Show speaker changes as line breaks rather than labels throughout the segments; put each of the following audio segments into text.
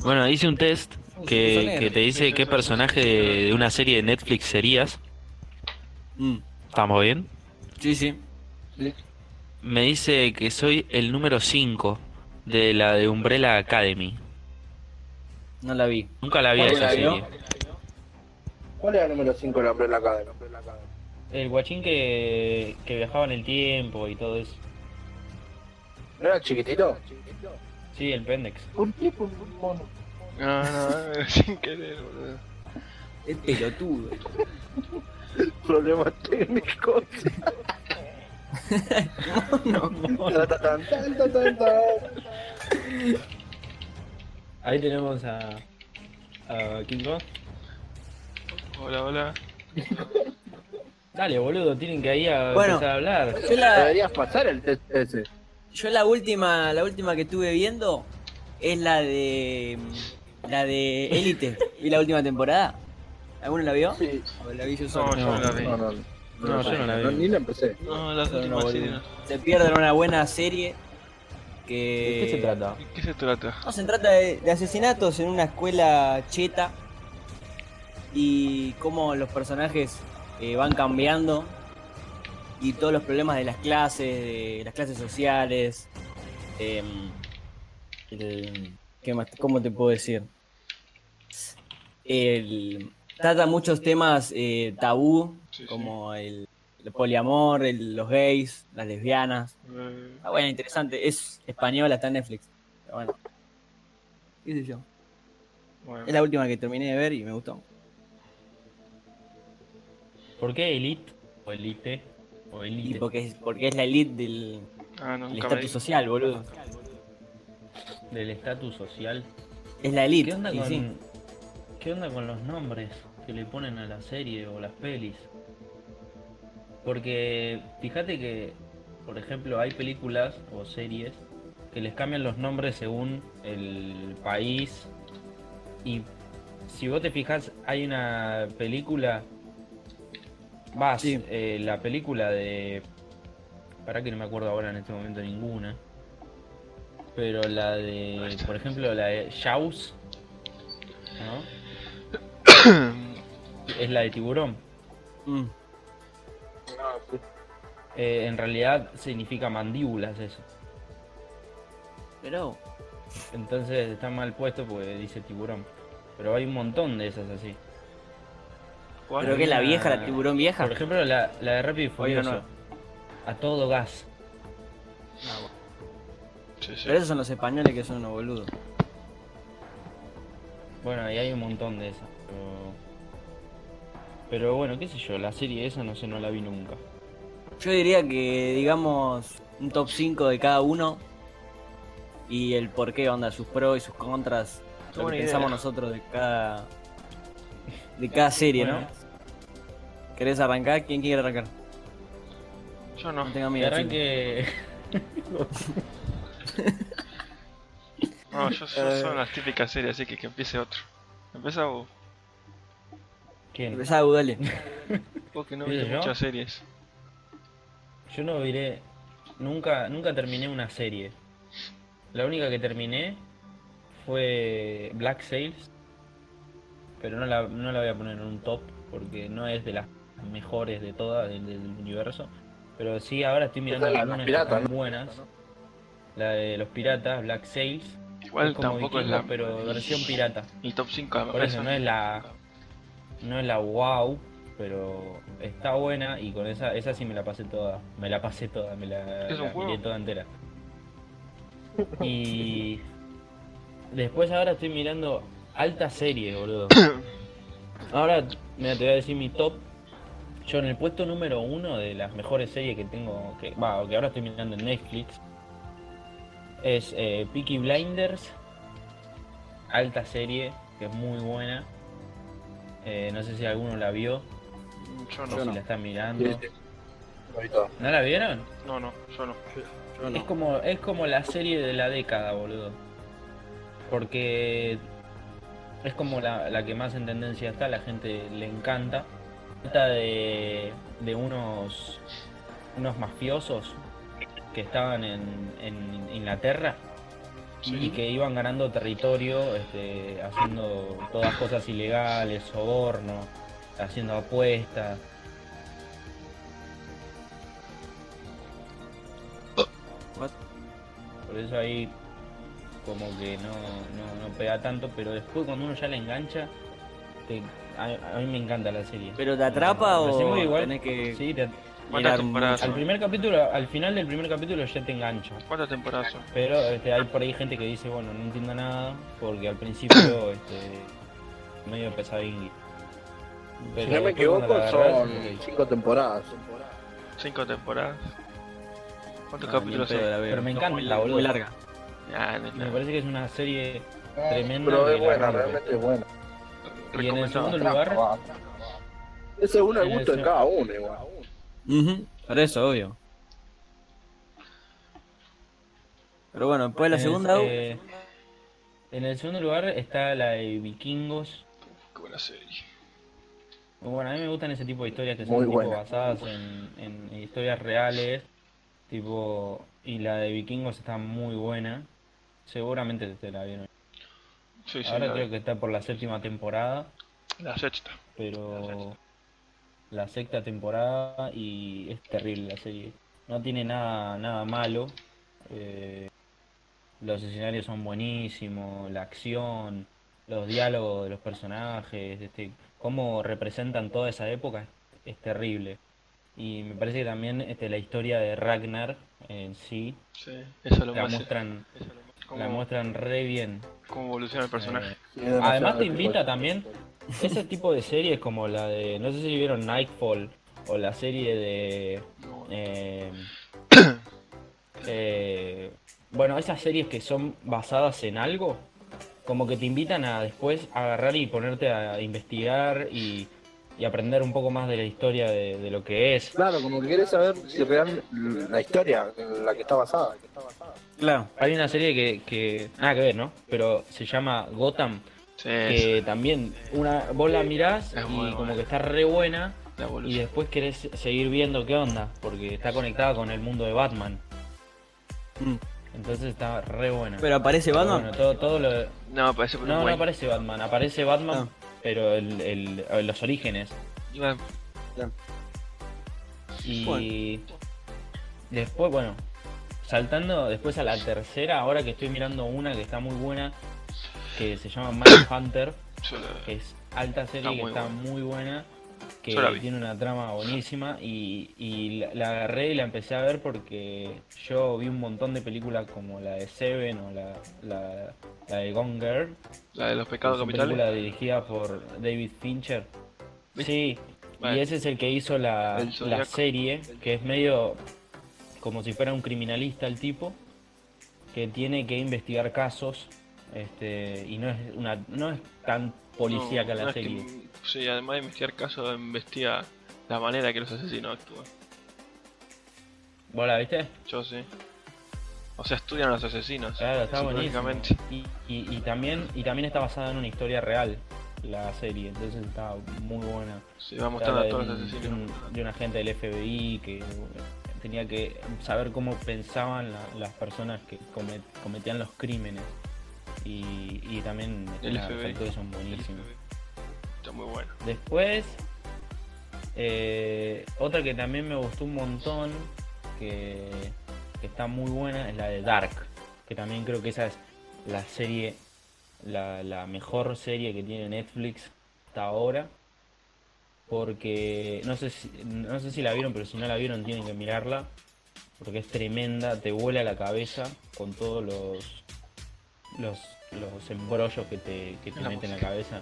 Bueno, hice un test que, que te dice qué personaje de, de una serie de Netflix serías.
Mm,
¿Estamos bien?
Sí, sí.
Me dice que soy el número 5 de la de Umbrella Academy.
No la vi.
Nunca la vi a
¿Cuál
esa
la vio?
serie.
¿Cuál era el número 5 del hombre en la cadena?
El guachín que, que viajaba en el tiempo y todo eso.
¿No era chiquitito?
Sí, el Pendex.
¿Por qué? Por un mono.
No, no, sin querer, boludo.
Es pelotudo.
Problemas técnicos. Tan, tan, tan, tan, tan, tan.
Ahí tenemos a, a King Kong.
Hola, hola.
Dale, boludo, tienen que ahí a
Bueno.
empezar a hablar.
Yo la,
Deberías pasar el test ese.
yo la última, la última que estuve viendo es la de mm, la de Elite. Vi la última temporada. ¿Alguno la vio?
Sí.
¿O la vi yo
No,
solo?
yo no la vi.
No, no,
No, yo no la
no,
vi.
ni la empecé.
No, las
Yo no la
últimas
volví.
sí. no.
Se pierden una buena serie que...
¿De qué se trata?
¿De qué se trata?
No, se trata de, de asesinatos en una escuela cheta y cómo los personajes eh, van cambiando y todos los problemas de las clases, de las clases sociales. em, el- ¿qué más- ¿Cómo te puedo decir? El- trata muchos temas eh, tabú,
Sí, sí.
como el, el poliamor, el- los gays, las lesbianas.
Eh,
Ah, bueno, interesante. Es española, está en Netflix. Pero bueno. ¿Qué sé yo?
bueno.
Es la última que terminé de ver y me gustó.
¿Por qué Elite? ¿O Elite? ¿O
Y
Elite?
porque es, porque es la elite del,
Ah, no,
del
nunca me
estatus
di.
social, boludo.
¿Del estatus social?
Es la elite.
¿Qué onda,
y
con,
sí.
¿Qué onda con los nombres que le ponen a la serie o las pelis? Porque fíjate que, por ejemplo, hay películas o series que les cambian los nombres según el país. Y si vos te fijas, hay una película. Vas,
Sí.
eh, la película de. Para que no me acuerdo ahora en este momento ninguna. Pero la de, por ejemplo, la de Jaws, ¿no? Es la de tiburón.
Mm.
Ah,
Eh, en realidad significa mandíbulas eso.
Pero
Entonces está mal puesto porque dice tiburón. Pero hay un montón de esas así.
¿Cuál?
creo que es la
una-
vieja, la tiburón vieja.
Por ejemplo, la, la de Rápido y
Oye,
Furioso.
no.
A todo gas.
Sí, sí.
Pero esos son los españoles que son unos boludos.
Bueno, y hay un montón de esas. Pero... pero bueno, qué sé yo, la serie esa no sé, no la vi nunca.
Yo diría que, digamos, un top 5 de cada uno y el por qué, onda, sus pros y sus contras. Lo que
buena
pensamos
idea.
nosotros de cada, de cada serie,
Bueno.
¿no? ¿Querés arrancar? ¿Quién quiere arrancar?
Yo
No
no.
tenga
La
miedo.
verdad
chicos.
que
No, yo yo son las típicas series, así que que empiece otro. Empieza vos.
¿Quién?
Empezá, Gu, dale.
Vos que no
¿Sí,
ves
yo?
muchas series.
Yo no diré. Nunca, nunca terminé una serie. La única que terminé fue Black Sails. Pero no la, no la voy a poner en un top porque no es de las mejores de todas del, del universo. Pero sí, ahora estoy mirando
Esa es la de
algunas
los
que
piratas,
están buenas. La de los piratas, Black Sails.
Igual
es como
tampoco es
Vikingos,
la.
pero versión pirata.
El top 5 de
Por eso no es la, no es la wow, pero está buena y con esa, esa sí me la pasé toda. Me la pasé toda, me la,
Es un
la
juego.
miré toda entera. Y después ahora estoy mirando alta serie, boludo. Ahora, mira, te voy a decir mi top. Yo en el puesto número uno de las mejores series que tengo, que, va, o que ahora estoy mirando en Netflix, es eh, Peaky Blinders. Alta serie, que es muy buena. Eh, no sé si alguno la vio,
Yo
o
no.
si la está mirando.
Sí, Ahí está.
¿No la vieron?
No, no, yo no.
Es como, es como la serie de la década, boludo. Porque es como la, la que más en tendencia está, la gente le encanta. Trata de, de unos, unos mafiosos que estaban en, en Inglaterra y que iban ganando territorio, este, haciendo todas cosas ilegales, soborno, haciendo apuestas.
What?
Por eso ahí como que no, no, no pega tanto, pero después cuando uno ya la engancha, te- a, a mí me encanta la serie.
¿Pero te atrapa
Me parece
o
muy igual.
tenés que
Sí, te-
mirar
¿Cuántas temporadas
al
son?
primer capítulo, al final del primer capítulo ya te engancha.
¿Cuántas temporadas son?
Pero este, hay por ahí gente que dice, bueno, no entiendo nada, porque al principio este, medio pesadín.
Si
Pero
no me
después cuando
equivoco,
la agarrás, eh,
son
ok.
cinco temporadas.
¿Cinco temporadas?
No,
¿Cuántos
ni en
capítulos
pedo
son?
la veo.
Pero me
No,
encanta,
muy larga,
boludo.
Muy larga.
Ah, no,
Me
no.
parece que es una serie Tremenda
Pero
de
es
la
buena,
rampa.
realmente es buena.
y en el segundo
recomendada.
lugar,
Ese es uno el
En el
gusto de
se-
cada uno, igual.
Ujú, Por eso, obvio. Pero bueno, después de la
en el-
segunda.
eh, en el segundo lugar está la de vikingos.
Qué buena serie.
Bueno, a mí me gustan ese tipo de historias que son
Muy
tipo
buena.
basadas en, en historias reales, tipo y la de vikingos está muy buena. Seguramente te la vieron.
Sí, sí,
Ahora
la,
creo que está por la séptima temporada.
la sexta. La
pero
sexta.
la sexta temporada y es terrible la serie. No tiene nada, nada malo. eh, los escenarios son buenísimos, la acción, los diálogos de los personajes, este, cómo representan toda esa época es, es terrible. Y me parece que también este, la historia de Ragnar en sí
Sí, eso lo
la
más.
muestran,
eso lo más-
la
Cómo,
muestran re bien.
cómo evoluciona el personaje.
eh,
Sí, es demasiado
Además te
épico.
invita también ese tipo de series como la de, no sé si vieron Nightfall o la serie de...
No,
eh, eh, bueno, esas series que son basadas en algo, como que te invitan a después agarrar y ponerte a investigar y, y aprender un poco más de la historia de, de lo que es.
Claro, como que querés saber si real la historia en la que está basada.
Claro.
Hay una serie que, que nada que ver, ¿no? Pero se llama Gotham,
sí,
que también una, vos la mirás
Es
y
muy buena.
como que está re buena.
la
Y
evolución.
después querés seguir viendo qué onda, porque está conectada con el mundo de Batman.
Mm.
Entonces está re buena.
Pero aparece
Pero
Batman.
bueno, todo, todo lo...
No, parece
No, no
Uruguay.
aparece Batman, aparece Batman,
Ah.
pero el, el- los orígenes.
Iba-
Y después, bueno, saltando después a la tercera, ahora que estoy mirando una que está muy buena, que se llama Hunter
yo la-
que es alta serie
Está
que
muy
está
buena.
muy buena, que
Yo la vi.
tiene una trama buenísima y, y la, la agarré y la empecé a ver porque yo vi un montón de películas como la de Seven o la, la, la de Gone Girl,
La de los pecados
una película
capitales.
dirigida por David Fincher.
¿Viste?
Sí, y
Bueno.
ese es el que hizo la,
El
la
Zodíaco.
serie, que es medio como si fuera un criminalista el tipo, que tiene que investigar casos, este, y no es una, no es tan policíaca
No,
la
no es que-
serie.
sí, además de investigar casos, investiga la manera que los asesinos actúan.
¿Vos la viste?
Yo sí. O sea, estudian a los asesinos.
Claro, está buenísimo.
psicológicamente.
Y, y- y también, y también está basada en una historia real la serie, entonces está muy buena.
Sí, va
Habla
mostrando a
De
todos
un,
los
de
asesinos.
un- de un agente del FBI que bueno, tenía que saber cómo pensaban la- las personas que come- cometían los crímenes. Y, y también
El
nada, los
FBI.
actores son buenísimos.
Está muy bueno.
Después, eh, otra que también me gustó un montón, que, que está muy buena, es la de Dark. Que también creo que esa es la serie, la, la mejor serie que tiene Netflix hasta ahora. Porque no sé, si, no sé si la vieron, pero si no la vieron tienen que mirarla. Porque es tremenda, te vuela la cabeza con todos los, los, los embrollos que te, que te
La
meten en la
música.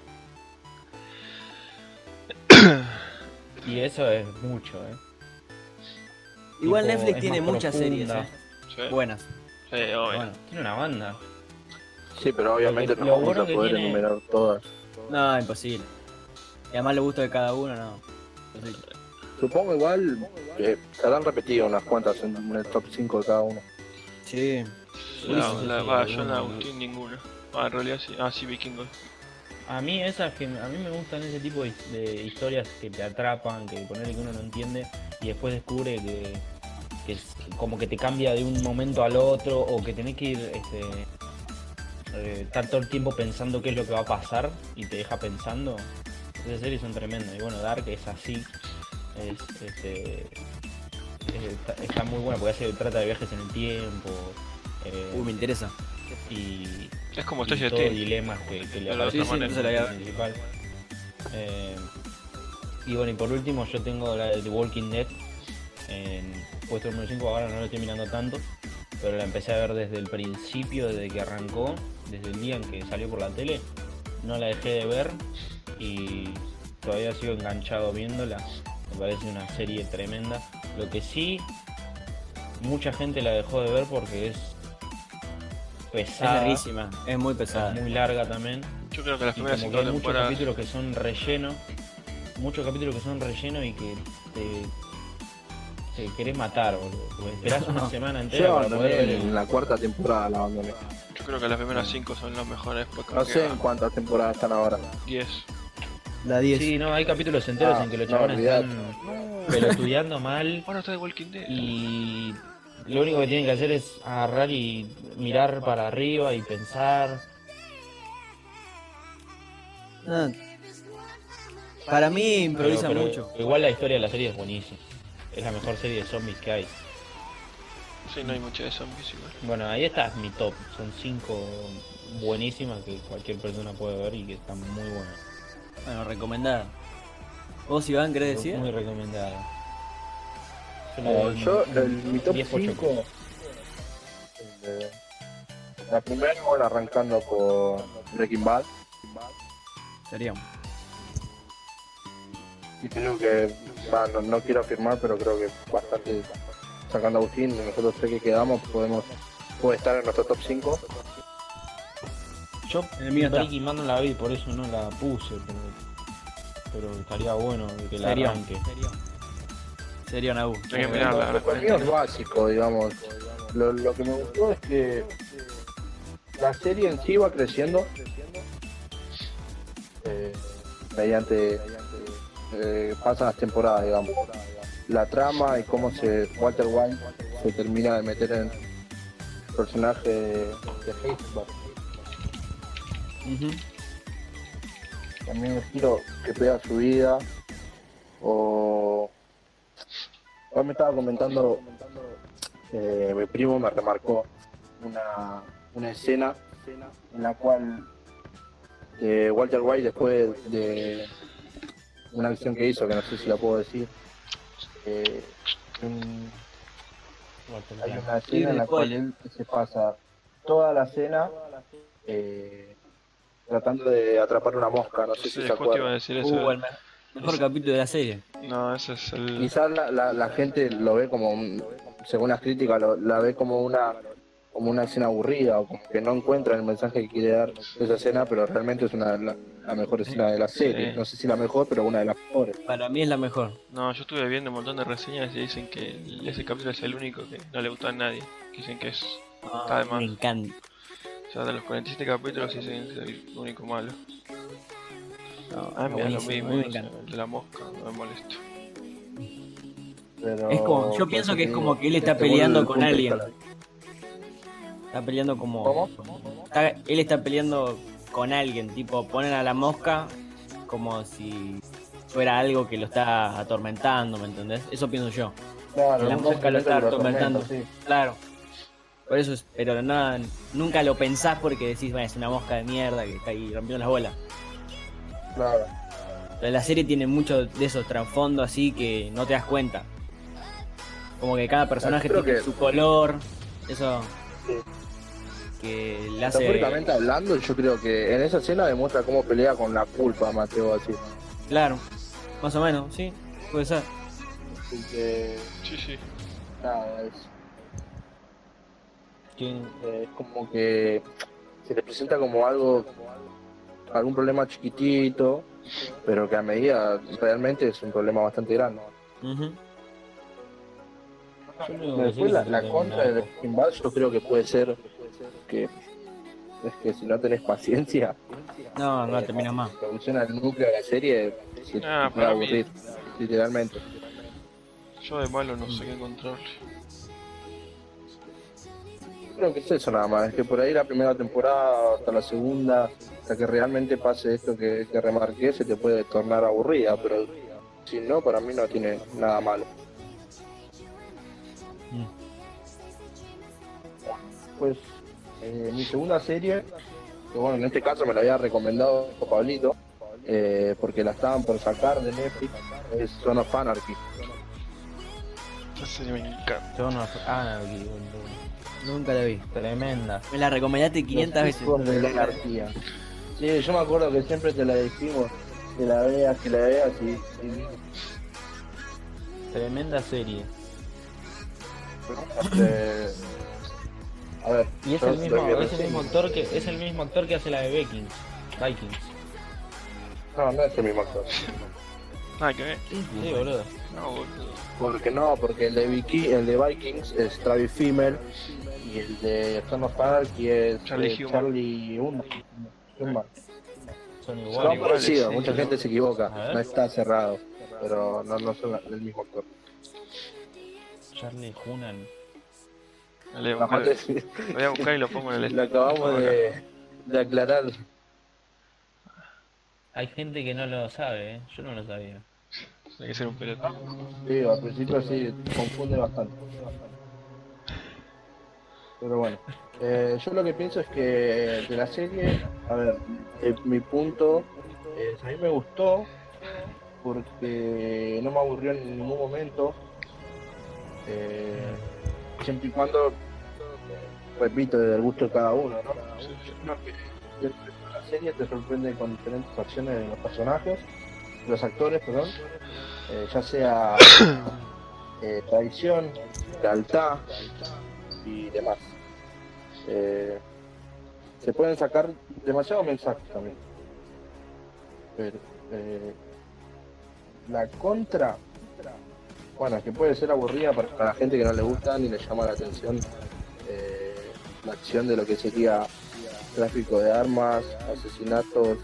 cabeza. Y eso es mucho, ¿eh?
Igual
Tipo,
Netflix
es
tiene
más
muchas
profunda.
series. eh,
Sí,
Buenas.
sí, obvio.
Bueno, tiene una banda.
Sí, pero obviamente
Lo
no
que- lo
vamos
bueno
a
que
poder
tiene-
enumerar todas.
No, imposible. Y además le gusta de cada uno, no. Entonces,
Supongo igual que se habrán repetido unas cuantas en en el top 5 de cada uno.
Sí.
La-
sí,
la-
sí,
va,
sí,
yo en
alguna.
Agustín ninguna. Ah, en realidad sí. Ah, sí, vikingos.
A mí esas que a mí me gustan ese tipo de, de historias que te atrapan, que ponerle que uno no entiende y después descubre que, que es como que te cambia de un momento al otro o que tenés que ir este,
eh, estar todo el tiempo pensando qué es lo que va a pasar y te deja pensando. Esas series son tremendas. Y bueno, Dark es así. Es, este, es- está, está muy buena porque hace, trata de viajes en el tiempo. eh,
Uy, me interesa.
y
Es como
y
Stranger
todo
Things.
dilemas que, que le
Pero de
aparecen
otra
en
manera.
el principal. Eh, y bueno, y por último yo tengo la de The Walking Dead en puesto número 5, ahora no lo estoy mirando tanto, pero la empecé a ver desde el principio, desde que arrancó, desde el día en que salió por la tele, no la dejé de ver y todavía sigo enganchado viéndola, me parece una serie tremenda. Lo que sí, mucha gente la dejó de ver porque es
Es
Ah.
pesada.
larguísima, es muy pesada.
Muy larga también.
Yo creo que las
Y
primeras
como que hay
cinco
muchos
temporadas.
capítulos que son relleno. Muchos capítulos que son relleno y que te, te querés matar, boludo. Porque esperás una semana entera
Yo
para poder ver
abandoné
el-
en la cuarta temporada, la abandoné.
Yo creo que las primeras cinco son las mejores. Pues como
No
que
sé en
van
cuántas temporadas están ahora.
10.
La 10.
Sí, no, hay capítulos enteros
Ah,
en que los
no,
chabones
olvidate.
están pelotudeando mal
Bueno, está de Walking Dead.
y lo único que tienen que hacer es agarrar y mirar para arriba y pensar.
No. Ah. Para mí
Pero-
improvisa
pero
mucho.
Igual la historia de la serie es buenísima. Es la mejor serie de zombies que hay.
Sí, no hay mucha de zombies igual.
Bueno, ahí está mi top. Son cinco buenísimas que cualquier persona puede ver y que están muy buenas.
Bueno, recomendada. ¿Vos, Iván, querés decir?
Muy recomendadas. Oh, Yo le
Eh,
doy
yo,
un-
el, mi top
10 por
5. Eh, La primera, bueno, arrancando por Breaking Bad.
Sería.
Y creo que, va, no, no quiero afirmar, pero creo que bastante, sacando a Agustín, de nosotros tres que quedamos, podemos puede estar en nuestro top 5.
Yo
El mío está.
Breaking Bad no la vi, por eso no la puse. Pero, pero estaría bueno que la
Sería.
arranque.
Sería Nabu.
Hay que mirarla. la
Para mí es básico, digamos. Lo, lo que me gustó es que la serie en sí va creciendo eh, mediante eh, pasan las temporadas, digamos. La trama y cómo se Walter White se termina de meter en el personaje de, de Heisenberg. También el giro que pega su vida o Hoy me estaba comentando, eh, mi primo me remarcó una, una escena en la cual eh, Walter White, después de, de una acción que hizo, que no sé si la puedo decir, eh, un- hay una escena en la cual él se pasa toda la cena eh, tratando de atrapar una mosca, no sé
Sí,
si se
justo iba a
acuerdan.
decir eso.
Uh, el me- mejor capítulo de la serie.
No, ese es el.
Quizás la, la- la gente lo ve como, un- según las críticas, lo- la ve como una como una escena aburrida o como que no encuentra el mensaje que quiere dar esa escena, pero realmente es una la, la mejor escena de la serie.
Sí.
No sé si la mejor, pero una de las mejores.
Para mí es la mejor.
No, yo estuve viendo un montón de reseñas y dicen que el- ese capítulo es el único que no le gustó a nadie. Que Dicen que es. Está de más.
Ah, Me encanta.
O sea, de los 47 capítulos dicen que es el único malo.
No,
A mí me da lo
buenísimo,
mismo,
a mí me
o sea,
encanta.
el de la mosca, no me molesto.
Pero-
Es como- yo pienso que es como que él está
según
peleando
este el
con
punto de
alguien.
vista.
Está peleando como.
¿Cómo?
Está- él está peleando con alguien, tipo, ponen a la mosca como si fuera algo que lo está atormentando, ¿me entendés? Eso pienso yo.
Claro,
La
un
mosca lo está
sentimiento que
atormentando.
atormenta,
Claro. Por eso es, pero nada, nunca lo pensás porque decís, bueno, es una mosca de mierda que está ahí rompiendo las bolas.
sí, claro.
Ah, Pero la serie tiene mucho de esos trasfondos así que no te das cuenta. Como que cada personaje
Creo
tiene
que-
su color, eso
Sí.
que le hace
Metafóricamente hablando, yo creo que en esa escena demuestra cómo pelea con la culpa, Mateo, así.
claro, más o menos, sí, puede ser.
Así que,
Sí, sí.
nada, es-
¿Quién-
Eh, es como que se les presenta como algo, algún problema chiquitito, pero que a medida realmente es un problema bastante grande.
Ujú.
yo no- sí
Después
que
la,
se
la
trata
contra
una-
del Breaking Bad yo creo que puede ser que es que si no tenés paciencia,
No, Ah, no
eh,
terminas más.
te evoluciona el núcleo de la serie, se te
Ah,
puede
para mí.
aburrir, literalmente.
Yo de malo no sé qué encontrarle.
creo que es eso nada más, es que por ahí la primera temporada hasta la segunda, hasta que realmente pase esto que, que remarqué, se te puede tornar aburrida, pero si no, para mí no tiene nada malo. Pues eh, mi segunda serie, que bueno, en este caso me la había recomendado Pablito, eh, porque la estaban por sacar de Netflix, es Son of Anarchy.
Esa serie me encanta.
Son of Anarchy, boludo.
Nunca la vi.
Tremenda.
Me la recomendaste 500
Los
veces.
hijos de la anarquía. Sí, yo me acuerdo que siempre te la dijimos, que la veas, que la veas y, y
Tremenda serie.
este, a ver,
Y es
yo
el mismo,
estoy
es el mismo actor que es el mismo actor que hace la de Vikings. Vikings.
No, no es el mismo actor.
Nada que ver.
Sí, boludo.
No, boludo.
Porque no, porque el de Vicky, el de Vikings es Travis Fimmel y el de Son of Anarchy es
Charlie
eh,
Human.
Charlie Human. Human.
Son
Son
iguales,
iguales.
parecidos,
sí.
mucha gente se equivoca,
A ver.
no está cerrado, pero no, no son el mismo actor.
Charlie Hunan.
Dale, buscalo.
Aparte, sí,
Lo voy a buscar y lo pongo en el este.
lo acabamos de, de aclarar.
Hay gente que no lo sabe, ¿eh? yo no lo sabía.
Hay que ser un pelotón.
Sí, al principio sí, confunde bastante. Pero bueno, eh, yo lo que pienso es que de la serie, a ver, eh, mi punto es, a mí me gustó porque no me aburrió en ningún momento, eh, siempre y cuando, repito, desde el gusto de cada uno, ¿no? Yo creo que la serie te sorprende con diferentes acciones de los personajes, de los actores, perdón, eh, ya sea eh, traición, lealtad y demás. Eh, se pueden sacar demasiados mensajes también. Pero, eh, la contra, bueno, es que puede ser aburrida para, para la gente que no le gusta ni le llama la atención eh, la acción de lo que sería tráfico de armas, asesinatos,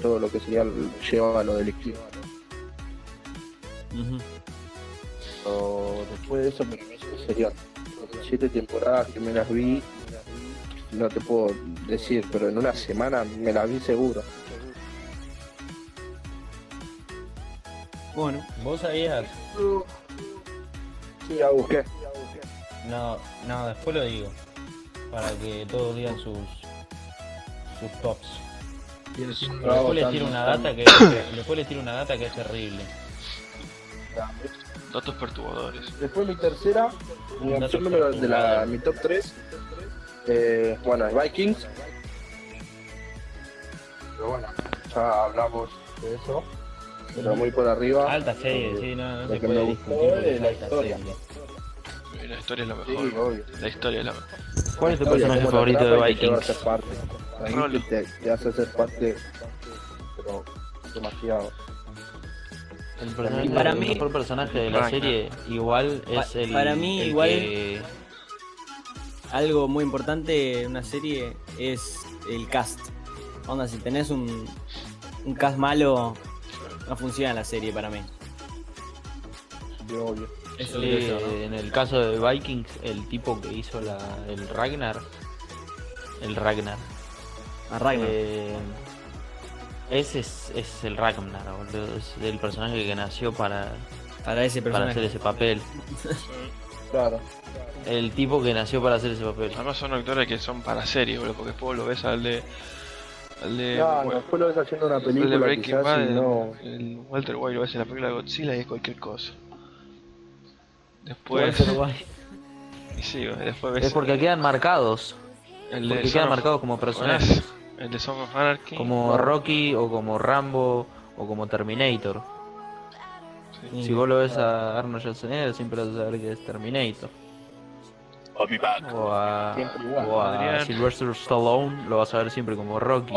todo lo que sería lleva a lo delictivo. Pero después de eso me serían siete temporadas que me las vi no te puedo decir pero en una semana me las vi seguro
Bueno,
¿Vos sabías?
sí la busqué
No, no, después lo digo. Para que todos digan sus sus tops. Pero después les tiro una data que después les tiro una data que es terrible.
Datos perturbadores.
después mi tercera mi
Datos
opción número de la mi top 3 bueno es Vikings pero bueno ya hablamos de eso pero muy por arriba Eh,
Alta serie, sí, no, no
Lo
se
que
puede
me
discutir
gustó
porque
es
es
la
alta
historia.
serie.
La historia es la
Sí,
mejor.
obvio.
La historia es la mejor.
¿Cuál es tu
Oye,
personaje
como la
favorito de
trata y que te va a
Vikings?
hacer parte. Ahí
Rolo.
Te, te hace ser parte, pero demasiado.
El personaje-
Y para
el
mí-
mejor personaje de la
Ragnar.
serie igual es el
para mí
el
igual-
que-
algo muy importante en una serie es el cast. Onda, si tenés un, un cast malo, no funciona la serie para mí.
Yo, obvio.
Eso
Sí,
creo yo, ¿no?
Eh, En el caso de Vikings, el tipo que hizo la, el Ragnar, el Ragnar,
A Ragnar.
eh, ese es, es el Ragnar, boludo, es el personaje que nació para,
para ese
para hacer
personaje.
ese papel.
Claro.
El tipo que nació para hacer ese papel.
Además son actores que son para series, boludo, porque después lo ves al de. Al de.
Claro,
bueno,
después lo ves haciendo una
al de
película
Breaking
quizás
Bad,
y
el-
no...
el Walter White lo ves en la película de Godzilla y es cualquier cosa. Después.
Walter White.
y sí, boludo, después ves.
Es porque quedan marcados,
el
porque
Son
quedan
of-
marcados como personajes,
El de Song of Anarchy.
como Rocky o como Rambo o como Terminator.
Sí.
Si vos lo ves a Arnold Schwarzenegger, siempre vas a saber que es Terminator. O a,
Siempre igual.
o a
Adrián.
Sylvester Stallone lo vas a ver siempre como Rocky,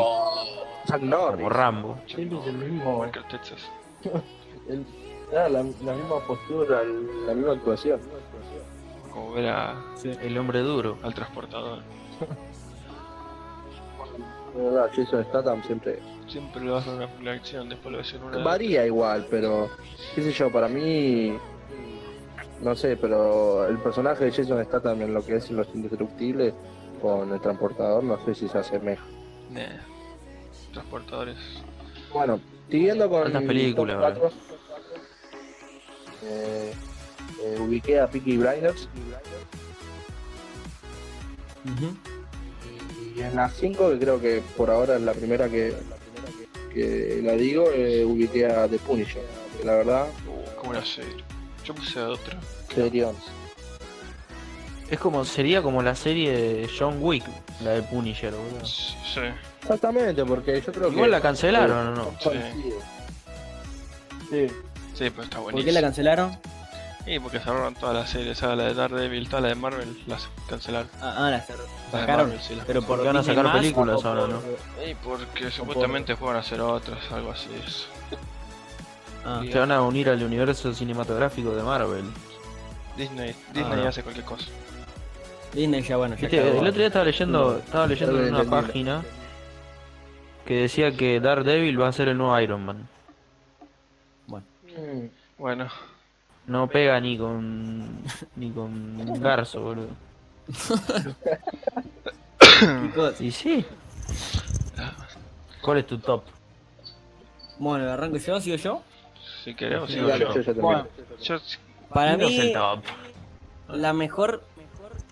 Zack
como
Norris.
Rambo.
Siempre es el mismo...
Walker, Texas.
el- ah, la, la misma postura, el- la misma actuación.
Como ver a-
El hombre duro.
al transportador.
De verdad, Jason Statham siempre...
Siempre lo vas a ver en una película de acción, después lo ves en una.
Varía igual, pero... Qué sé yo, para mí... No sé, pero el personaje de Jason está también lo que es Los Indestructibles con el transportador, no sé si se asemeja.
Nah. Transportadores.
Bueno, siguiendo con
Tantas películas,
top cuatro, eh, eh, ubiqué a Peaky Blinders y en las 5, que creo que por ahora es la primera que, que la digo, eh, ubiqué a The Punisher, que la verdad,
Uh, ¿Cómo la sé? Yo puse a otra.
Ah.
serie 11.
Es como, sería como la serie de John Wick, la de Punisher, boludo.
Sí. sí.
Exactamente, porque yo creo que...
Igual la cancelaron, ¿o no?
Sí.
Sí.
Sí, pero está
¿Por qué la
buenísimo.
cancelaron?
Y porque cerraron todas las series, ¿sabes? La de Daredevil, toda la de Marvel, las cancelaron.
Ah, ah, la cer-
La de
sacaron.
Marvel, sí, la
Pero
cancelaron.
por
Porque van a
Disney
sacar
más,
películas
o por-
ahora, ¿no?
Y porque supuestamente fueron a hacer otras, algo así. es.
Ah,
Se van a unir al universo cinematográfico de Marvel.
Disney, Disney
Ah.
no.
hace cualquier cosa.
Disney ya, bueno, ya
Viste,
acabó.
el otro día estaba leyendo, estaba leyendo en una
entendible.
página que decía que Daredevil va a ser el nuevo Iron Man.
Mm.
Bueno,
No pega ni con ni con Garzo, boludo.
Chicos,
Y sí. ¿Cuál es tu top?
Bueno, arranco yo, sigo yo.
si queremos,
Sí,
sigo
dale,
yo.
yo ya terminé.
Bueno,
Yo,
para
No es el
mí,
top.
la mejor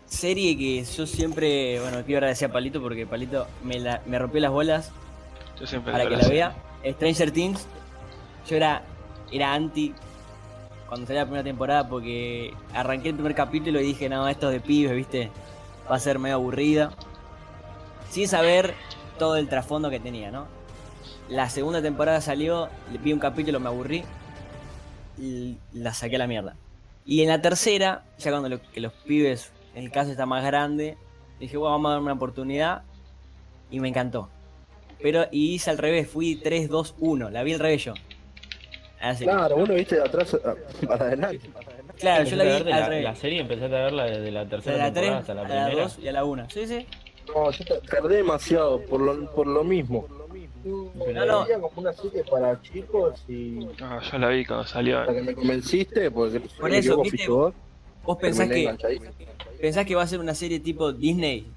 serie que yo siempre. Bueno, quiero agradecer a Palito porque Palito me, la- me rompió las bolas
yo siempre
para
digo
que la
las-
vea. Stranger Things. Yo era, era anti cuando salió la primera temporada porque arranqué el primer capítulo y dije, no, esto es de pibes, viste. Va a ser medio aburrida. Sin saber todo el trasfondo que tenía, ¿no? La segunda temporada salió, le vi un capítulo, me aburrí. y La saqué a la mierda. Y en la tercera, ya cuando lo- que los pibes, el caso está más grande, dije, bueno, vamos a dar una oportunidad. Y me encantó. Pero y hice al revés, fui 3-2-1, la vi al revés yo. Así,
Claro, uno viste de atrás a- para adelante.
claro, yo la vi al
Empezaste a ver de
revés.
la, la serie empezaste a verla desde la
O sea,
tercera
de la
temporada
3
hasta la
a la
primera.
2 y a la 1. Sí, sí.
No, yo ta- tardé demasiado por lo, por lo mismo.
No, no.
Era como una serie para chicos y
No, Ah, yo la vi cuando salió.
hasta que me convenciste, porque
Por
me
eso,
equivoco,
viste,
fuiste vos,
¿Vos pensás
terminé
que,
enganchadísimo.
pensás que va a ser una serie tipo Disney?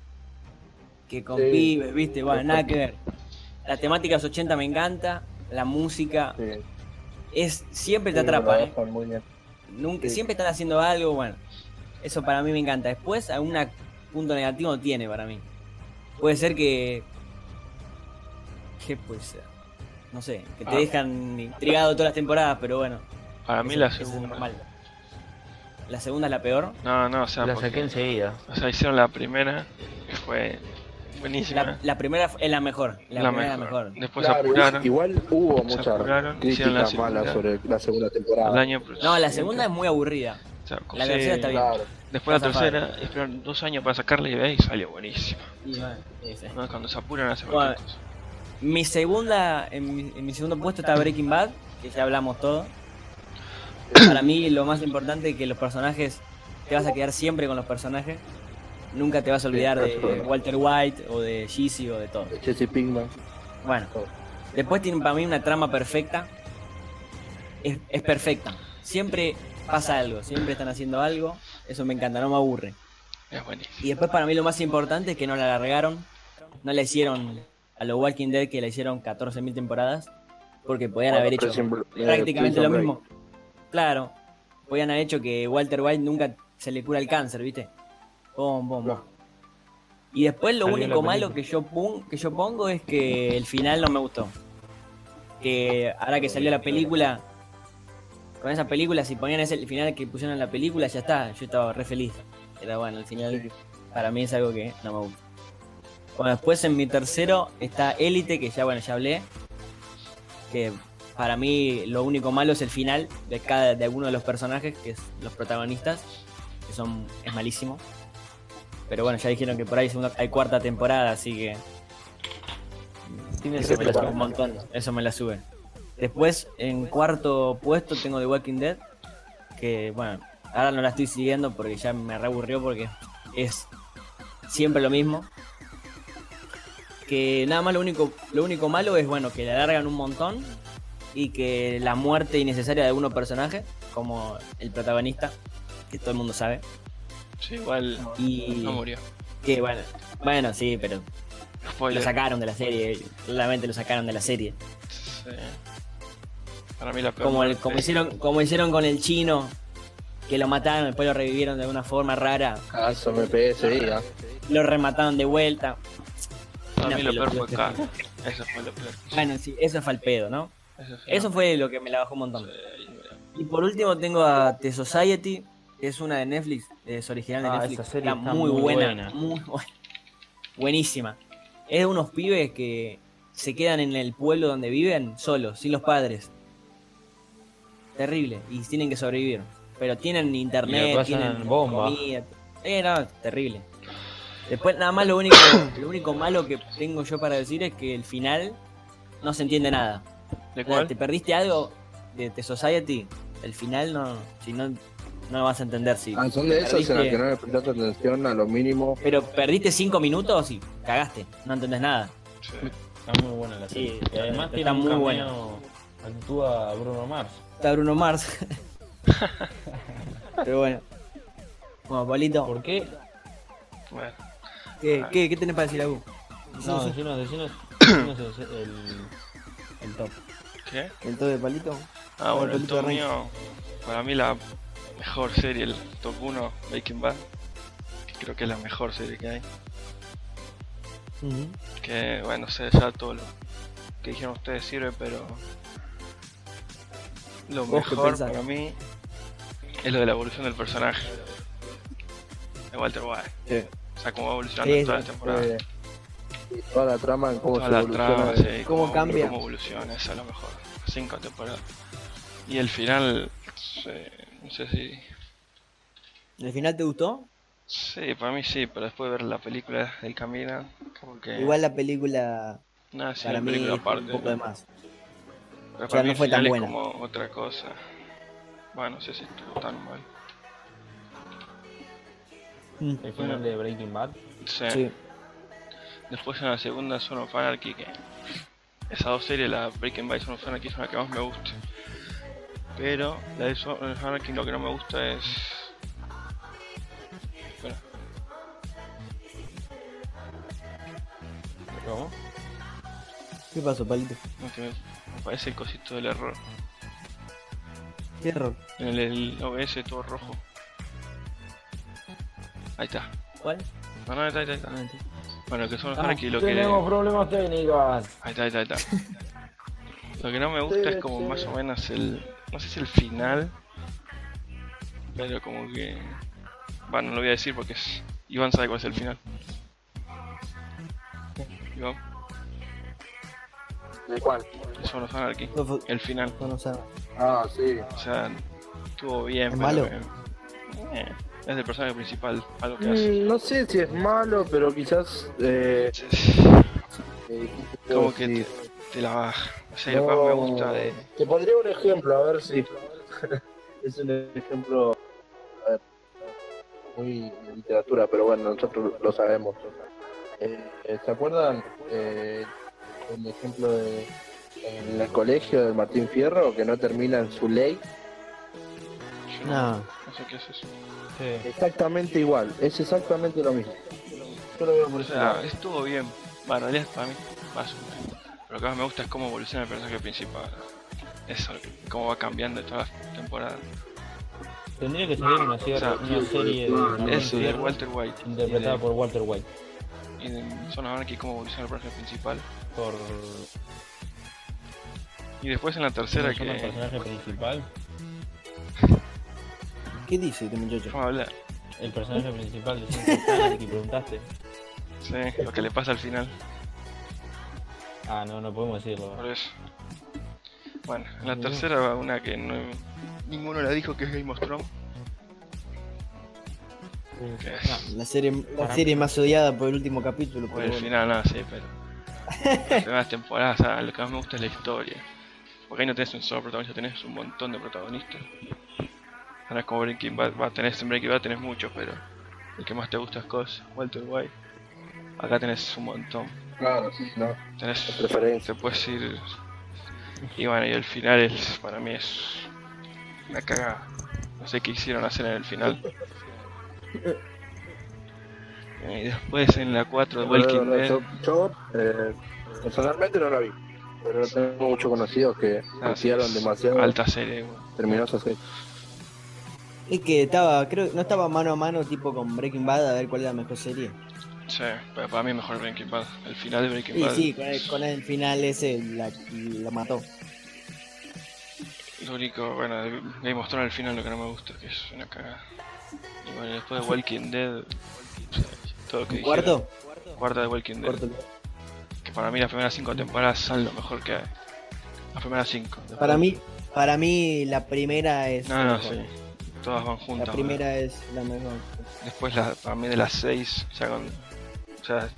Que con
Sí.
pibes, viste, bueno, nada que ver. La temática de los 80 me encanta, la música,
Sí,
es siempre te
sí,
atrapa,
me
¿eh?
bajan muy bien.
Nunca,
Sí.
siempre están haciendo algo, bueno. Eso para mí me encanta. Después, algún punto negativo no tiene para mí. Puede ser que. ¿Qué puede ser? No sé, que te
Ah.
dejan intrigado todas las temporadas, pero bueno.
Para mí
eso-
la
eso es
segunda.
normal. ¿La segunda es la peor?
No, no, o sea,
La
porque-
saqué enseguida.
o sea, hicieron la primera, que fue buenísima.
La, la primera es la mejor. La,
La
primera es la mejor.
Después
Claro,
apuraron.
Igual hubo muchas
apuraron, hicieron la
críticas
segunda.
malas sobre la segunda
Al
temporada.
año,
No, la segunda es muy aburrida.
o sea, como
la
si-
tercera está bien.
Claro.
Después la
está zafada.
tercera, esperaron dos años para sacarla y ve y salió buenísima.
Y bueno, esa.
¿no? Cuando se apuran hace cualquier cosa.
Mi segunda, en mi, en mi segundo puesto está Breaking Bad, que ya hablamos todo. Para mí lo más importante es que los personajes, te vas a quedar siempre con los personajes. Nunca te vas a olvidar
Sí, por
de
supuesto.
Walter White o de Jeezy o de todo.
Jesse Pinkman.
Bueno, después tienen para mí una trama perfecta. Es, es perfecta. Siempre pasa algo, siempre están haciendo algo. Eso me encanta, no me aburre.
Es buenísima.
Y después para mí lo más importante es que no la alargaron, no la hicieron a los Walking Dead que la hicieron 14.000 temporadas, porque podían haber hecho
Prison Break- eh,
prácticamente
Prison
lo
Break.
mismo. Claro, podían haber hecho que Walter White nunca se le cura el cáncer, ¿viste? Bom, bom, bom. Y después lo
Salió la
único malo
película.
que yo, pon- que yo pongo es que el final no me gustó. Que ahora que salió la película, con esa película, si ponían ese el final que pusieron en la película, ya está, yo estaba re feliz. Era bueno, el final
Sí.
para mí es algo que no me gusta. Bueno, después en mi tercero está Élite, que ya bueno, ya hablé. Que para mí lo único malo es el final de cada de alguno de los personajes, que es los protagonistas, que son es malísimo. Pero bueno, ya dijeron que por ahí segunda- hay cuarta temporada, así que
Tiene
eso me la sube
secuela.
un montón, eso me la sube. Después, en cuarto puesto tengo The Walking Dead, que bueno, ahora no la estoy siguiendo porque ya me reaburrió porque es siempre lo mismo. Que nada más lo único, lo único malo es bueno que la alargan un montón y que la muerte innecesaria de uno personaje, como el protagonista, que todo el mundo sabe.
Sí, igual
Y
no murió.
que bueno, bueno, sí, pero lo
Spoiler.
sacaron de la serie, claramente lo sacaron de la serie.
Sí. Para mí la peor.
Como, el-
muerte.
como, hicieron, como hicieron con el chino, que lo mataron, después lo revivieron de una forma rara,
Ah, eso me ¿ah? pegué ese día.
lo remataron de vuelta.
Para mí
Una
lo peor fue
pelotudez.
K. Eso fue lo peor.
Bueno, sí, eso fue al pedo, ¿no?
Eso fue.
Eso fue lo que me la bajó un montón.
Sí,
Y por último tengo a The Society, que es una de Netflix, es original de
Ah,
Netflix.
esa serie está
muy
muy
buena,
buena.
muy buena. Buenísima. Es de unos pibes que se quedan en el pueblo donde viven solos, sin los padres. Terrible, y tienen que sobrevivir. Pero tienen
Y
internet,
la pasan
tienen
bomba.
comida. Eh, no, terrible. Después nada más lo único, lo único malo que tengo yo para decir es que el final no se entiende nada.
¿De
Claro, ¿Te
cuál?
perdiste algo de The Society? El final no, si no, no lo vas a entender. Si
Ah, son de esas en las
perdiste-
que no le prestaste atención a lo mínimo.
Pero perdiste cinco minutos y cagaste, no entendés nada.
Sí.
Está muy buena la serie.
Sí,
y además
está
tiene un
muy
cameo-
buena.
Actúa Bruno Mars.
Está Bruno Mars. Pero bueno. Bueno, Pablito,
¿Por qué?
Bueno,
¿qué, qué, qué tenés para decir a vos?
No, decinos, decinos, decinos el, el- el top.
¿qué?
¿El todo de Palito?
Ah,
Bueno,
bueno, el
Pablito
top
Arranque.
mío. Para mí la mejor serie, el top 1, Breaking Bad. que Creo que es la mejor serie que hay. Que bueno, sé ya todo lo que dijeron ustedes sirve, pero lo
¿Vos qué
mejor
pensás?
para mí es lo de la evolución del personaje de Walter White.
Sí.
O sea, cómo va evolucionando
Sí,
toda la
sí,
temporada.
eh, toda la trama en cómo
toda
se
la
evoluciona.
trama, sí,
eh. cómo cambia.
Cómo evoluciona, eso es lo mejor. Cinco temporadas. Y el final, sí, no sé si.
¿El final te gustó?
Sí, para mí sí, pero después de ver la película del camino, como que.
Igual la película
nada, sí,
para
la
mí
película
es
aparte.
un poco de más.
Pero
sea,
para mí
no
el
fue tan
final es
buena.
como otra cosa. Bueno, no sé si estuvo tan mal.
Mm,
Eh.
El final de Breaking Bad.
Sí.
Sí.
Después en la segunda Son of Anarchy, que esas dos series, la Breaking Bad y Son of Anarchy, son las que más me gustan. Pero la de Son of Anarchy lo que no me gusta es... Espera,
¿Cómo?
¿Qué pasó, Palito?
no, que me, me parece el cosito del error.
Qué error.
En el, el OBS todo rojo. Ahí está.
¿Cuál?
No, no, ahí está, ahí está.
Ah,
ahí está.
entiendo.
Bueno, que Son of Anarchy lo que...
problemas técnicos.
Ahí está, ahí está, ahí está. Lo que no me gusta es como más o menos el. No sé si el final. Pero como que. Bueno, no lo voy a decir porque es. Iván sabe cuál es el final. Iván,
¿De cuál?
eso no son aquí.
No, fue-
El final.
no, no sabe.
Ah, sí.
O sea, estuvo bien,
¿Es
pero.
malo?
me- eh, es el personaje principal, algo que hace.
Mm, No sé si es malo, pero quizás. Eh, eh, ¿qué te puedo
Como que te,
decir?
te la baja. O sea, lo que
No,
más me gusta de.
Te pondría un ejemplo, a ver si. es un ejemplo. A ver. Muy de literatura, pero bueno, nosotros lo sabemos. Eh, eh, ¿Se acuerdan eh, el ejemplo de. En el colegio del Martín Fierro, que no termina en su ley,
yo
No.
no sé qué es eso.
Sí.
exactamente igual, es exactamente lo mismo. Yo lo veo por
O
ese
sea,
lado.
estuvo bien. Bueno, él es para mí más o menos. Pero Lo que más me gusta es cómo evoluciona el personaje principal. Eso, cómo va cambiando todas las temporadas.
Tendría que salir una, serie-
O sea,
una serie de
Ah,
Martín
Eso, de
Fierro
Walter White. Y de,
interpretada por Walter White.
y de Son of Anarchy, cómo evoluciona el personaje principal.
Por
Y después en la tercera
¿cómo se llama el
que...
personaje principal.
¿Qué dice este muchacho?
Vamos a hablar.
El personaje principal de Simpsons que preguntaste.
Sí, lo que le pasa al final.
Ah, no, no podemos
Por
decirlo.
eso. Bueno, en la tercera va una que no, ninguno la dijo que es Game of Thrones. Que es-
La serie, la
Para
serie más odiada por el último capítulo.
Por
pero
el
bueno.
final, no, Pues sí, pero. Las primeras temporadas, ah, lo que más me gusta es la historia. Porque ahí no tenés un solo protagonista, tenés un montón de protagonistas. Ahora es como Breaking Bad, va, tenés, en Breaking Bad tenés muchos, pero el que más te gusta es Cos, Walter White. Acá tenés un montón.
Claro, sí, no.
Tenés.
La preferencia.
Te puedes ir. Y bueno, y el final es, para mí es. Una cagada. No sé qué hicieron hacer en el final. Eh, Y después en la 4 de Walking
No, no, no,
Dead.
yo yo, eh, personalmente no la vi, pero tengo muchos conocidos que
Ah,
hacían
sí,
demasiado.
Alta serie, güey.
Terminó esa serie.
Es que estaba, creo, no estaba mano a mano tipo con Breaking Bad a ver cuál era la mejor serie.
Sí, pero para mí es mejor Breaking Bad. El final de Breaking
Y
Bad.
sí, con el, con el final ese la, la mató.
Lo único, bueno, de Game of Thrones al final lo que no me gusta, que es una cagada. Y bueno, después de Walking Dead, todo lo que dijeron.
¿Cuarto?
Cuarta de Walking Dead.
Corto.
Que para mí las primeras cinco temporadas son lo mejor que hay. Las primeras cinco. Después-
Para mí, para mí la primera es
Ah, No, no,
la
sí.
mejor.
Todas van
La
juntas.
primera es la mejor.
boludo. Después la, para mí de las seis, ya con. Ya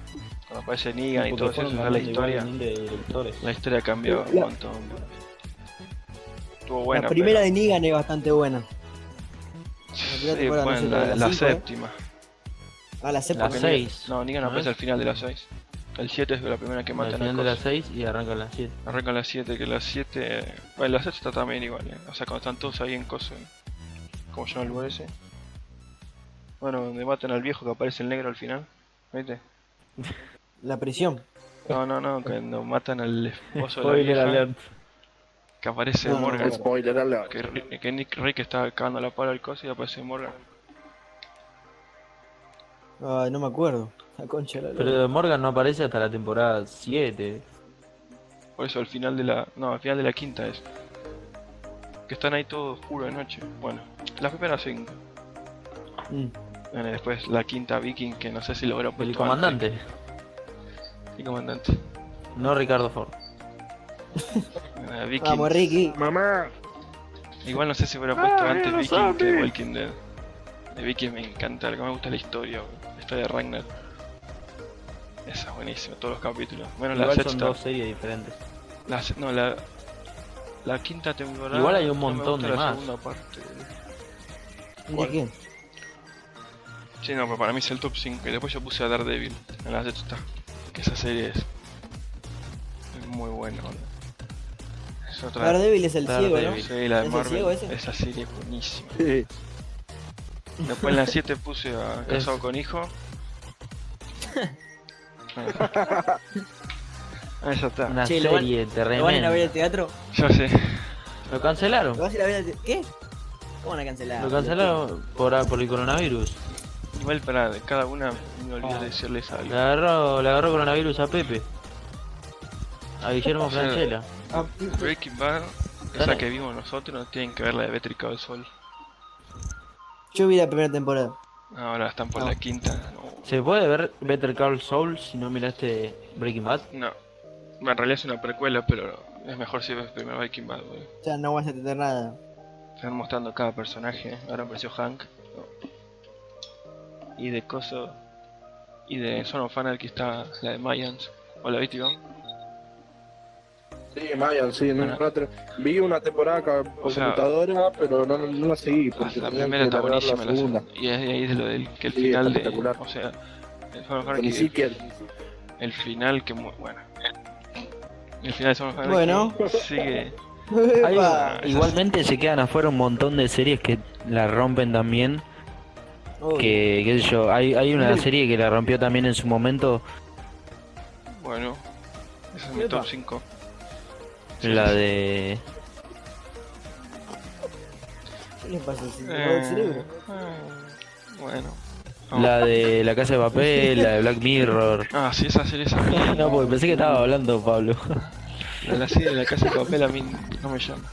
cuando aparece Negan y
Porque
todo eso, ya
fueron
la
cambiando igual
historia.
miles de directores.
La historia cambió un
La-
montón. boludo. Estuvo buena.
la primera
pero-
de Negan es bastante buena.
Sí,
primera temporada, no
bueno,
sé,
la,
la
la
cinco, ¿eh?
séptima.
Ah, la
La
séptima.
Porque
seis.
Negan- No, Negan
¿No
aparece
es?
al final de las 6. El 7 es la primera que
Al
matan
final
al
de las
coso.
6 y arranca a las 7.
Arranca la 7, que la 7. Bueno, la 7 está también igual, ¿eh? O sea, cuando están todos ahí en coso. ¿eh? Como yo no lugar ese. Bueno, donde matan al viejo que aparece el negro al final. ¿Viste?
La prisión.
No, no, no, cuando matan al esposo de la vieja, que aparece
No, no,
Morgan.
Spoiler alert.
Que, que Nick Rick está cagando la pala al coso y aparece Morgan.
Ay, Ah, no me acuerdo. La concha de la lora.
Pero Morgan no aparece hasta la temporada 7.
Por eso al final de la. No, al final de la quinta es. Que están ahí todo oscuro de noche. Bueno, las primeras cinco.
Mm.
Bueno, y después la quinta Viking, que no sé si lo hubiera puesto.
El
antes.
comandante,
El comandante.
no Ricardo Ford.
Bueno, Viking.
Vamos, Ricky.
Mamá,
Igual no sé si hubiera puesto antes Viking que Walking Dead. De Viking me encanta, lo que me gusta es la historia, bro. la historia de Ragnar. Esa es buenísima, todos los capítulos. Menos la
Igual son
sexta.
dos series diferentes.
La, se- no, la, la quinta temporada.
Igual hay un
no me
montón
gusta
de
la
más.
segunda parte, bro.
¿De qué?
Sí, no, pero para mí es el top 5. Y después yo puse a Daredevil en la sexta. Que esa serie es. es muy buena, boludo. Es otra.
Daredevil es el ciego, ¿no?
Daredevil.
Sí, la
¿Es
de
el
Marvel.
ciego ese?
Esa serie es buenísima.
sí.
Después en la 7 puse a Casado con Hijo. Ah, ya está.
Una
Che, lo van-
serie
¿Lo van a ir a ver al
tremenda.
teatro?
Ya sé.
Lo cancelaron.
¿Lo vas a ir a ver al teatro? ¿Qué? ¿Cómo van a cancelar?
Lo cancelaron por, por el coronavirus.
Igual para cada una me olvidé de decirles
Le
algo.
agarró, le agarró coronavirus a Pepe. A Guillermo
Sí.
Franchella.
Ah,
Breaking Bad, esa que vimos nosotros, tienen que ver la de Bétrica del Sol.
Yo vi la primera temporada.
Ahora están por la quinta. No.
¿Se puede ver Better Call Saul si no miraste Breaking Bad?
No. Bueno, en realidad es una precuela, pero es mejor si ves primero Breaking Bad, güey.
O sea, no vas a tener nada.
Están mostrando cada personaje. Ahora apareció Hank. Y de Coso. Y de Son of Anarchy está la de Mayans. ¿O la viste, Iván?
Sí, Mayan, sí. no-
Bueno.
no te- vi una temporada acá por
O sea,
computadora, pero no, no la seguí. Porque
Ah, la
tenía
primera
que
está
largar
buenísima.
La segunda.
Y ahí ahí es lo del que el
Sí,
final de.
espectacular.
O sea, el Son of
Con
Anarchy.
Ezequiel.
El final que. mu- Bueno. El final de Son of Anarchy.
Bueno.
Sigue.
Hay-
¡Epa!
esas-
Igualmente se quedan afuera un montón de series que la rompen también.
Uy,
Que, qué sé yo, hay, hay una serie que la rompió también en su momento,
Bueno. Ese es mi
Epa.
top 5.
la de...
¿Qué le pasa? ¿Se le apagó el
Eh,
cerebro?
eh, bueno.
La de La Casa de Papel, la de Black Mirror.
Ah, sí, esa serie esa.
No, porque pensé que estaba hablando Pablo.
La, la serie de la casa de papel a mí no me llama.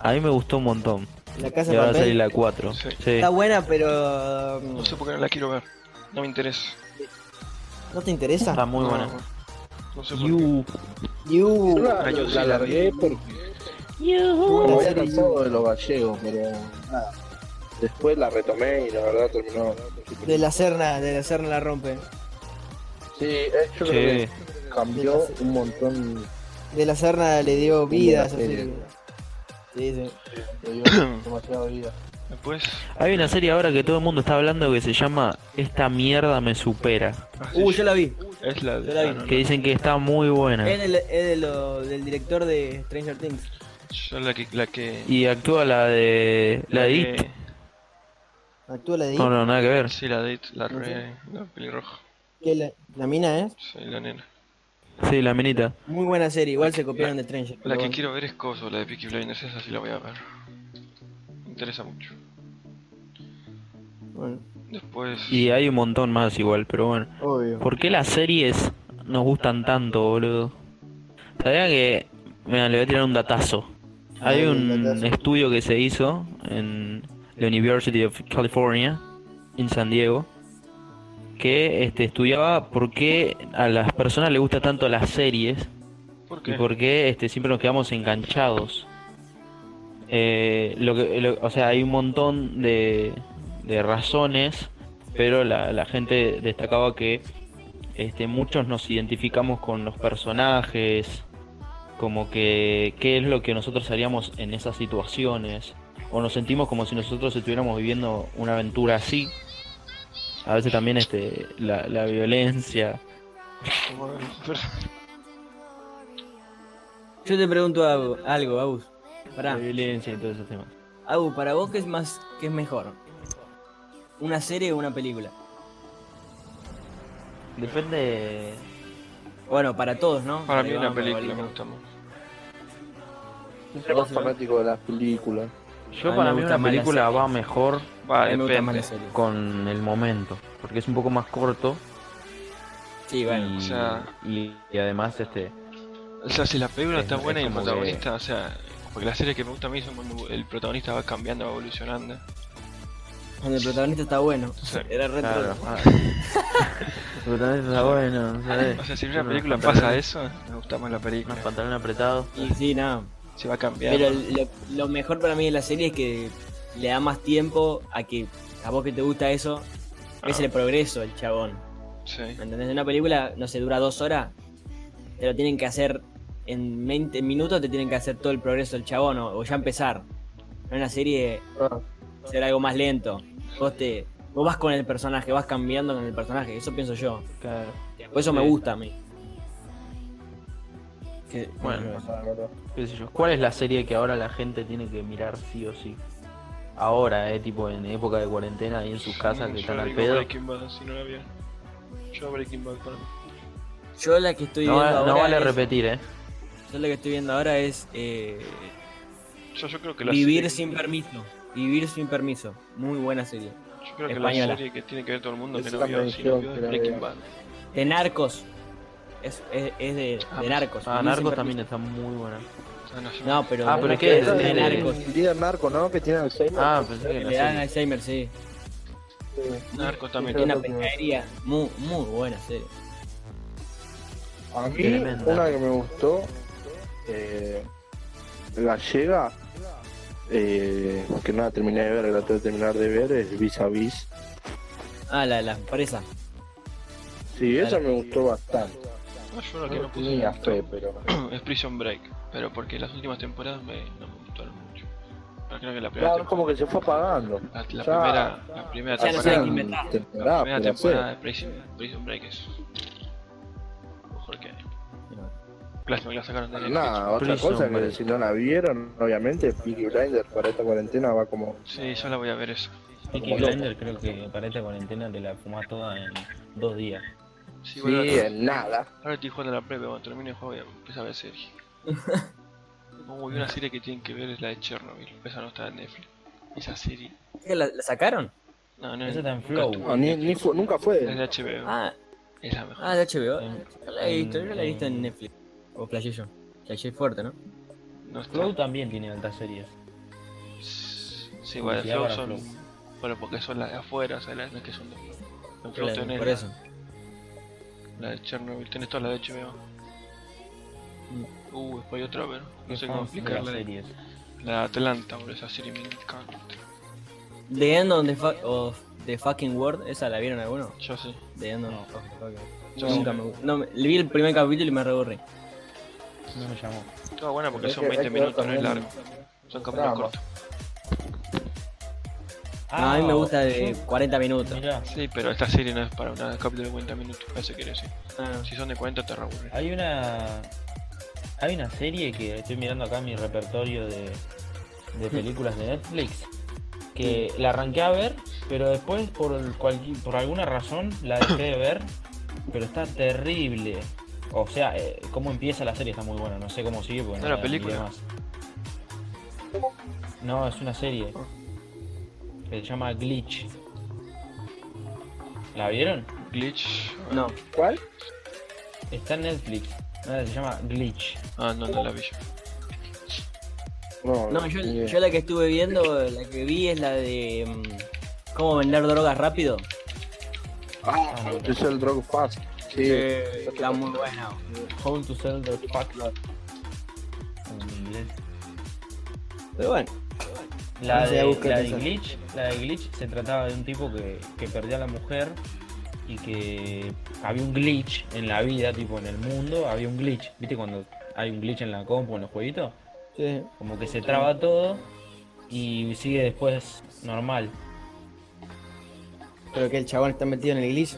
A mí me gustó un montón.
La casa
Y
de
ahora
papel.
sale la 4.
Sí.
Sí.
Está buena, pero. um,
No sé por qué no la quiero ver. No me interesa.
¿No te interesa?
Está muy
No,
buena.
No, no sé por qué.
uh,
You.
You.
Yo la,
Ah, yo sí
la
la
largué porque me había cansado de los gallegos, pero nada. Después la retomé y la verdad terminó.
De la Serna, de la Serna la rompe.
Sí, eh, yo creo que cambió un montón.
De la Serna le dio vida a esa
Sí.
serie. Sí, sí.
le dio demasiada vida.
Después.
Hay una serie ahora que todo el mundo está hablando que se llama Esta mierda me supera.
ah, sí,
Uh, yo la vi.
Es la
yo la vi.
de. ah, no, no.
Que dicen que está muy buena.
Es, del, es de lo- del director de Stranger Things.
Yo la que. La que
Y actúa la de. La de It.
que-
Actúa la de
No, no, nada que ver.
Sí, la de It, la
¿Sí?
re. La pelirroja.
que la, la mina, ¿eh?
Sí, la nena.
Sí, la minita.
Muy buena serie, igual se copiaron de Stranger.
La
pero
que
bueno.
quiero ver es Coso, la de Peaky Blinders, esa sí la voy a ver. Me interesa mucho.
Bueno,
Después.
Y hay un montón más igual, pero bueno.
obvio.
¿Por qué las series nos gustan tanto, boludo? Sabía que. Mira, le voy a tirar un datazo. Hay
Ay,
un
datazo.
estudio que se hizo en la University of California, en San Diego, que este, estudiaba por qué a las personas les gustan tanto las series
¿Por
y
qué?
por qué este, siempre nos quedamos enganchados. Eh, lo que, lo- o sea, hay un montón de, de razones, pero la, la gente destacaba que este, muchos nos identificamos con los personajes, como que qué es lo que nosotros haríamos en esas situaciones, o nos sentimos como si nosotros estuviéramos viviendo una aventura así. A veces también este, la, la violencia.
Yo te pregunto algo, algo Agus.
La
Pará.
violencia y todos esos temas.
Agus, para vos, ¿qué es, más, qué es mejor?
¿Una serie o una película?
Depende
Bueno, para todos, ¿no?
Para mí
Ahí
una
vamos,
película me
Valino.
gusta más.
Yo soy más fanático de las películas.
Yo
A mí
para
me
mí
gusta
una
más la
película va mejor
Va,
A mí me gusta más la
Ah, depende.
serie.
con el momento, porque es un poco más corto
Sí, bueno.
y,
o sea-
y- y además este
O sea, si la película
Es-
está buena y
es
el
como
protagonista, o sea, porque las series que me gustan a mí son cuando el protagonista va cambiando, va evolucionando.
Cuando el protagonista está bueno. Era retro.
claro. ah. Pero también está bueno, ¿sabes?
O sea, si en una
Unos
película pasa
pantalones-
eso, me gusta más la película.
Unos pantalones apretados.
Y sí, nada.
Se va cambiando.
Pero lo, lo mejor para mí de la serie es que le da más tiempo a que a vos que te gusta eso, ves
Ah.
el progreso el chabón.
Sí.
¿Me entendés? Una película, no sé, dura dos horas, te lo tienen que hacer en 20 minutos, te tienen que hacer todo el progreso del chabón o, o ya empezar. En una serie
Ah,
será algo más lento. Vos, te, vos vas con el personaje, vas cambiando con el personaje, eso pienso yo.
Claro.
Por eso me
Sí.
gusta a mí. Que-
Bueno,
ah, no, no.
qué sé yo. ¿Cuál es la serie que ahora la gente tiene que mirar sí o sí? Ahora, eh, tipo en época de cuarentena ahí en sus casas
Mm,
que
yo
están al
digo
pedo.
Breaking Bad, si no la vieron. Yo Breaking Bad para mí.
yo la que estoy
No,
viendo
va-
ahora
no vale
es-
repetir, eh.
yo la que estoy viendo ahora es eh,
Yo, yo creo que la
Vivir
serie,
sin permiso. Vivir sin permiso. Muy buena serie.
Yo creo que la
española.
serie que tiene que ver todo el mundo que
Esa
no vio,
también
si
yo
no vio
que
es
la
Breaking
veo.
Bad.
De narcos. Es, es, es de,
Ah,
de narcos.
Ah,
Vivir
Narcos
sin
también
permiso.
está muy buena.
Ah, no, yo
No, pero.
Ah, pero
es
¿qué
que
es?
es? De
Eh,
narcos.
Líder narco, ¿no? Que tiene Alzheimer.
Ah, pensé que
pues Le
la
dan
serie.
Alzheimer, sí.
Sí.
Narcos
Sí,
también.
yo
Tiene una
creo que-
pescadería. Muy, muy buena serie.
A mí,
Tremenda.
una que me gustó, eh, gallega, eh, que no la terminé de ver, la tengo que terminar de ver, es Vis a Vis.
Ah, la de la empresa.
Sí, esa me gustó bastante.
No, yo la que
No
no puse
tenía fe,
tanto
pero...
es Prison Break, pero porque las últimas temporadas me, no me gustaron mucho. Pero creo que la primera
Claro, es como que se fue apagando.
La,
Ya-
la primera, la primera
Ya no sé
temporada,
ni me-
Hacían
la
temporada,
primera
pero sí.
temporada de Prison, Prison Break es mejor que Lástima que la sacaron de
Nada, otra
Prison
cosa que
Break.
si no la vieron, obviamente, Peaky Blinders para esta cuarentena va como...
Sí, yo la voy a ver eso.
Peaky Blinders creo que para esta cuarentena te la fumás toda en dos días.
Sí,
Sí,
bueno, ahora,
en nada.
ahora estoy jugando a la previa, cuando termine el juego voy a empezar a ver series. Como vi una serie que tienen que ver es la de Chernobyl, esa no está en Netflix. Esa serie...
¿Es que ¿La, la sacaron?
No, no,
Esa está en
nunca
Flow.
estuvo
No, ni, ni fue- nunca fue.
Es de HBO,
Ah,
es la mejor.
ah de HBO.
En-
Yo la he visto, yo la he
en-
visto en Netflix. O flashé yo. Flashé fuerte, ¿no?
No está...
Flow también tiene altas series.
Sí, bueno,
Publicidad
Flow
para
son...
Flow.
Bueno, porque son las de afuera, o sea, las las que son de Flow. En Flow
La-
tenés
Por
la-
eso.
La de Chernobyl, tenés toda la de HBO. Uh, después hay otra, pero no sé cómo
Fans de las
explicarla.
series.
La de Atlanta, boludo, esa serie me encanta.
The End of the, fu- of the Fucking World. ¿Esa la vieron alguno?
Yo sí,
The End of the Fucking World.
yo
No,
sí.
nunca me gu- no, me- vi el primer capítulo y me reburrí.
No me llamó.
Estaba buena porque
Hay
son
que-
20
hay que ver
minutos, no es
también-
largo. Son capítulos
Drama.
cortos.
Ah,
Ah, a
Ah,
mí me gusta de 40 minutos.
Mirá,
Sí, pero esta serie no es para
Ah.
una capítulo de 40 minutos, eso quiere decir. Si son de 40 te reaburre.
hay una. Hay una serie que estoy mirando acá en mi repertorio de, de películas de Netflix que la arranqué a ver, pero después por cualqui- por alguna razón la dejé de ver, pero está terrible. O sea, eh, cómo empieza la serie está muy buena, no sé cómo sigue porque
No,
la
la película.
miré más. No, es una serie.
Ah.
Se llama Glitch. ¿La vieron?
Glitch.
No.
¿Cuál?
Está en Netflix. Ah, Se llama Glitch.
Ah, no, no la vi yo.
No, yo,
ni idea.
yo la que estuve viendo, la que vi es la de mm, cómo vender drogas rápido.
Ah, es el Drug Fast. Sí.
Eh, Está muy buena.
How to sell the fuck lot. En inglés.
Pero bueno,
La,
No sé,
de,
busca
la de
esa.
Glitch, la de Glitch se trataba de un tipo que, que perdió a la mujer y que había un glitch en la vida, tipo en el mundo, había un glitch. ¿Viste cuando hay un glitch en la compu, en los jueguitos?
sí.
Como que se traba todo y sigue después normal.
Pero que el chabón está metido en el glitch.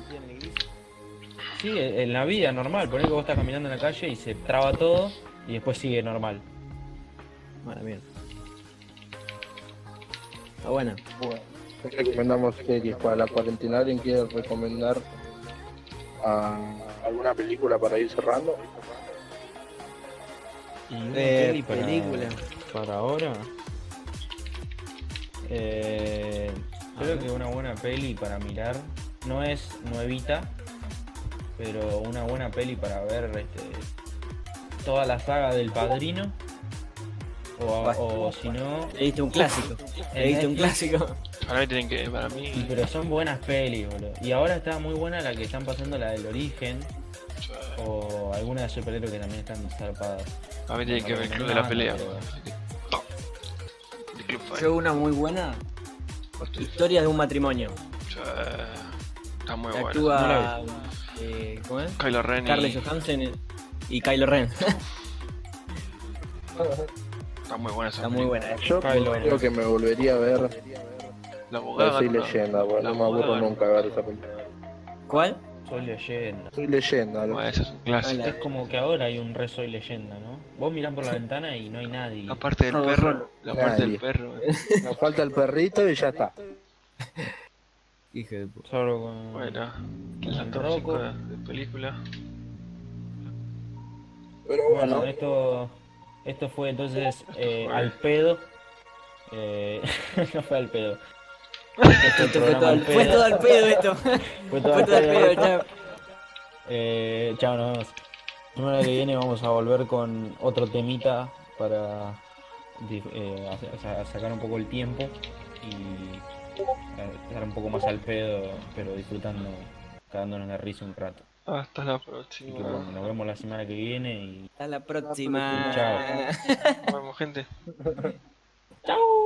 Sí, en la vida normal, por que vos estás caminando en la calle y se traba todo y después sigue normal.
Mala mierda. Está buena.
Bueno, recomendamos series para la cuarentena. ¿Alguien quiere recomendar ah, alguna película para ir cerrando?
Y una
Eh,
peli para-
película.
Para ahora. Eh, creo que una buena peli para mirar. No es nuevita. Pero una buena peli para ver este, toda la saga del padrino. O, o si no.
Le diste un clásico. Le diste un
en Netflix.
clásico.
Para mí tienen que. Para
Y
mí.
Pero son buenas pelis, boludo. Y ahora está muy buena la que están pasando, la del origen. O alguna de superhéroes que también están zarpadas.
Para mí tienen que ver el club de la pelea. El club fight.
Yo una muy buena. Historia de un matrimonio.
eh, Está muy bueno.
Actúa. eh, ¿Cómo es?
Kylo Ren
Carly
y...
Johansen y Kylo Ren.
está muy buena esa
Está muy
película.
buena. eh.
Yo
Pablo,
creo que me volvería a ver
La abogada
Soy
ganó una-
leyenda, boludo.
la
No me aburro
abogada ganó.
nunca ver esa película.
¿Cuál?
Soy leyenda.
Soy leyenda,
Bueno,
loco.
esa es un
Ah,
clásico.
la-
Es como que ahora hay un re soy leyenda, ¿no? Vos mirás por la ventana y no hay nadie.
La parte del
No,
perro. La
Nadie.
parte del perro.
Nos falta el perrito y ya está.
Hijo de puta.
Solo con...
Bueno, la top
Rocco.
5 de de película.
Pero
Bueno,
bueno,
esto, esto fue entonces eh, al pedo. Eh, no fue al pedo. Este
Esto fue todo, al- fue todo al pedo esto. Fue
Fue todo al
todo al pedo.
pedo.
chao.
Eh, chao, nos vemos. La semana que viene vamos a volver con otro temita para dif- eh, a- a sa- a sacar un poco el tiempo y a- estar un poco más al pedo, pero disfrutando, cagándonos de risa un rato.
Hasta la
Así que,
próxima.
bueno, nos vemos la semana que viene y
Hasta la próxima.
Chao.
Nos vemos, gente.
Chao.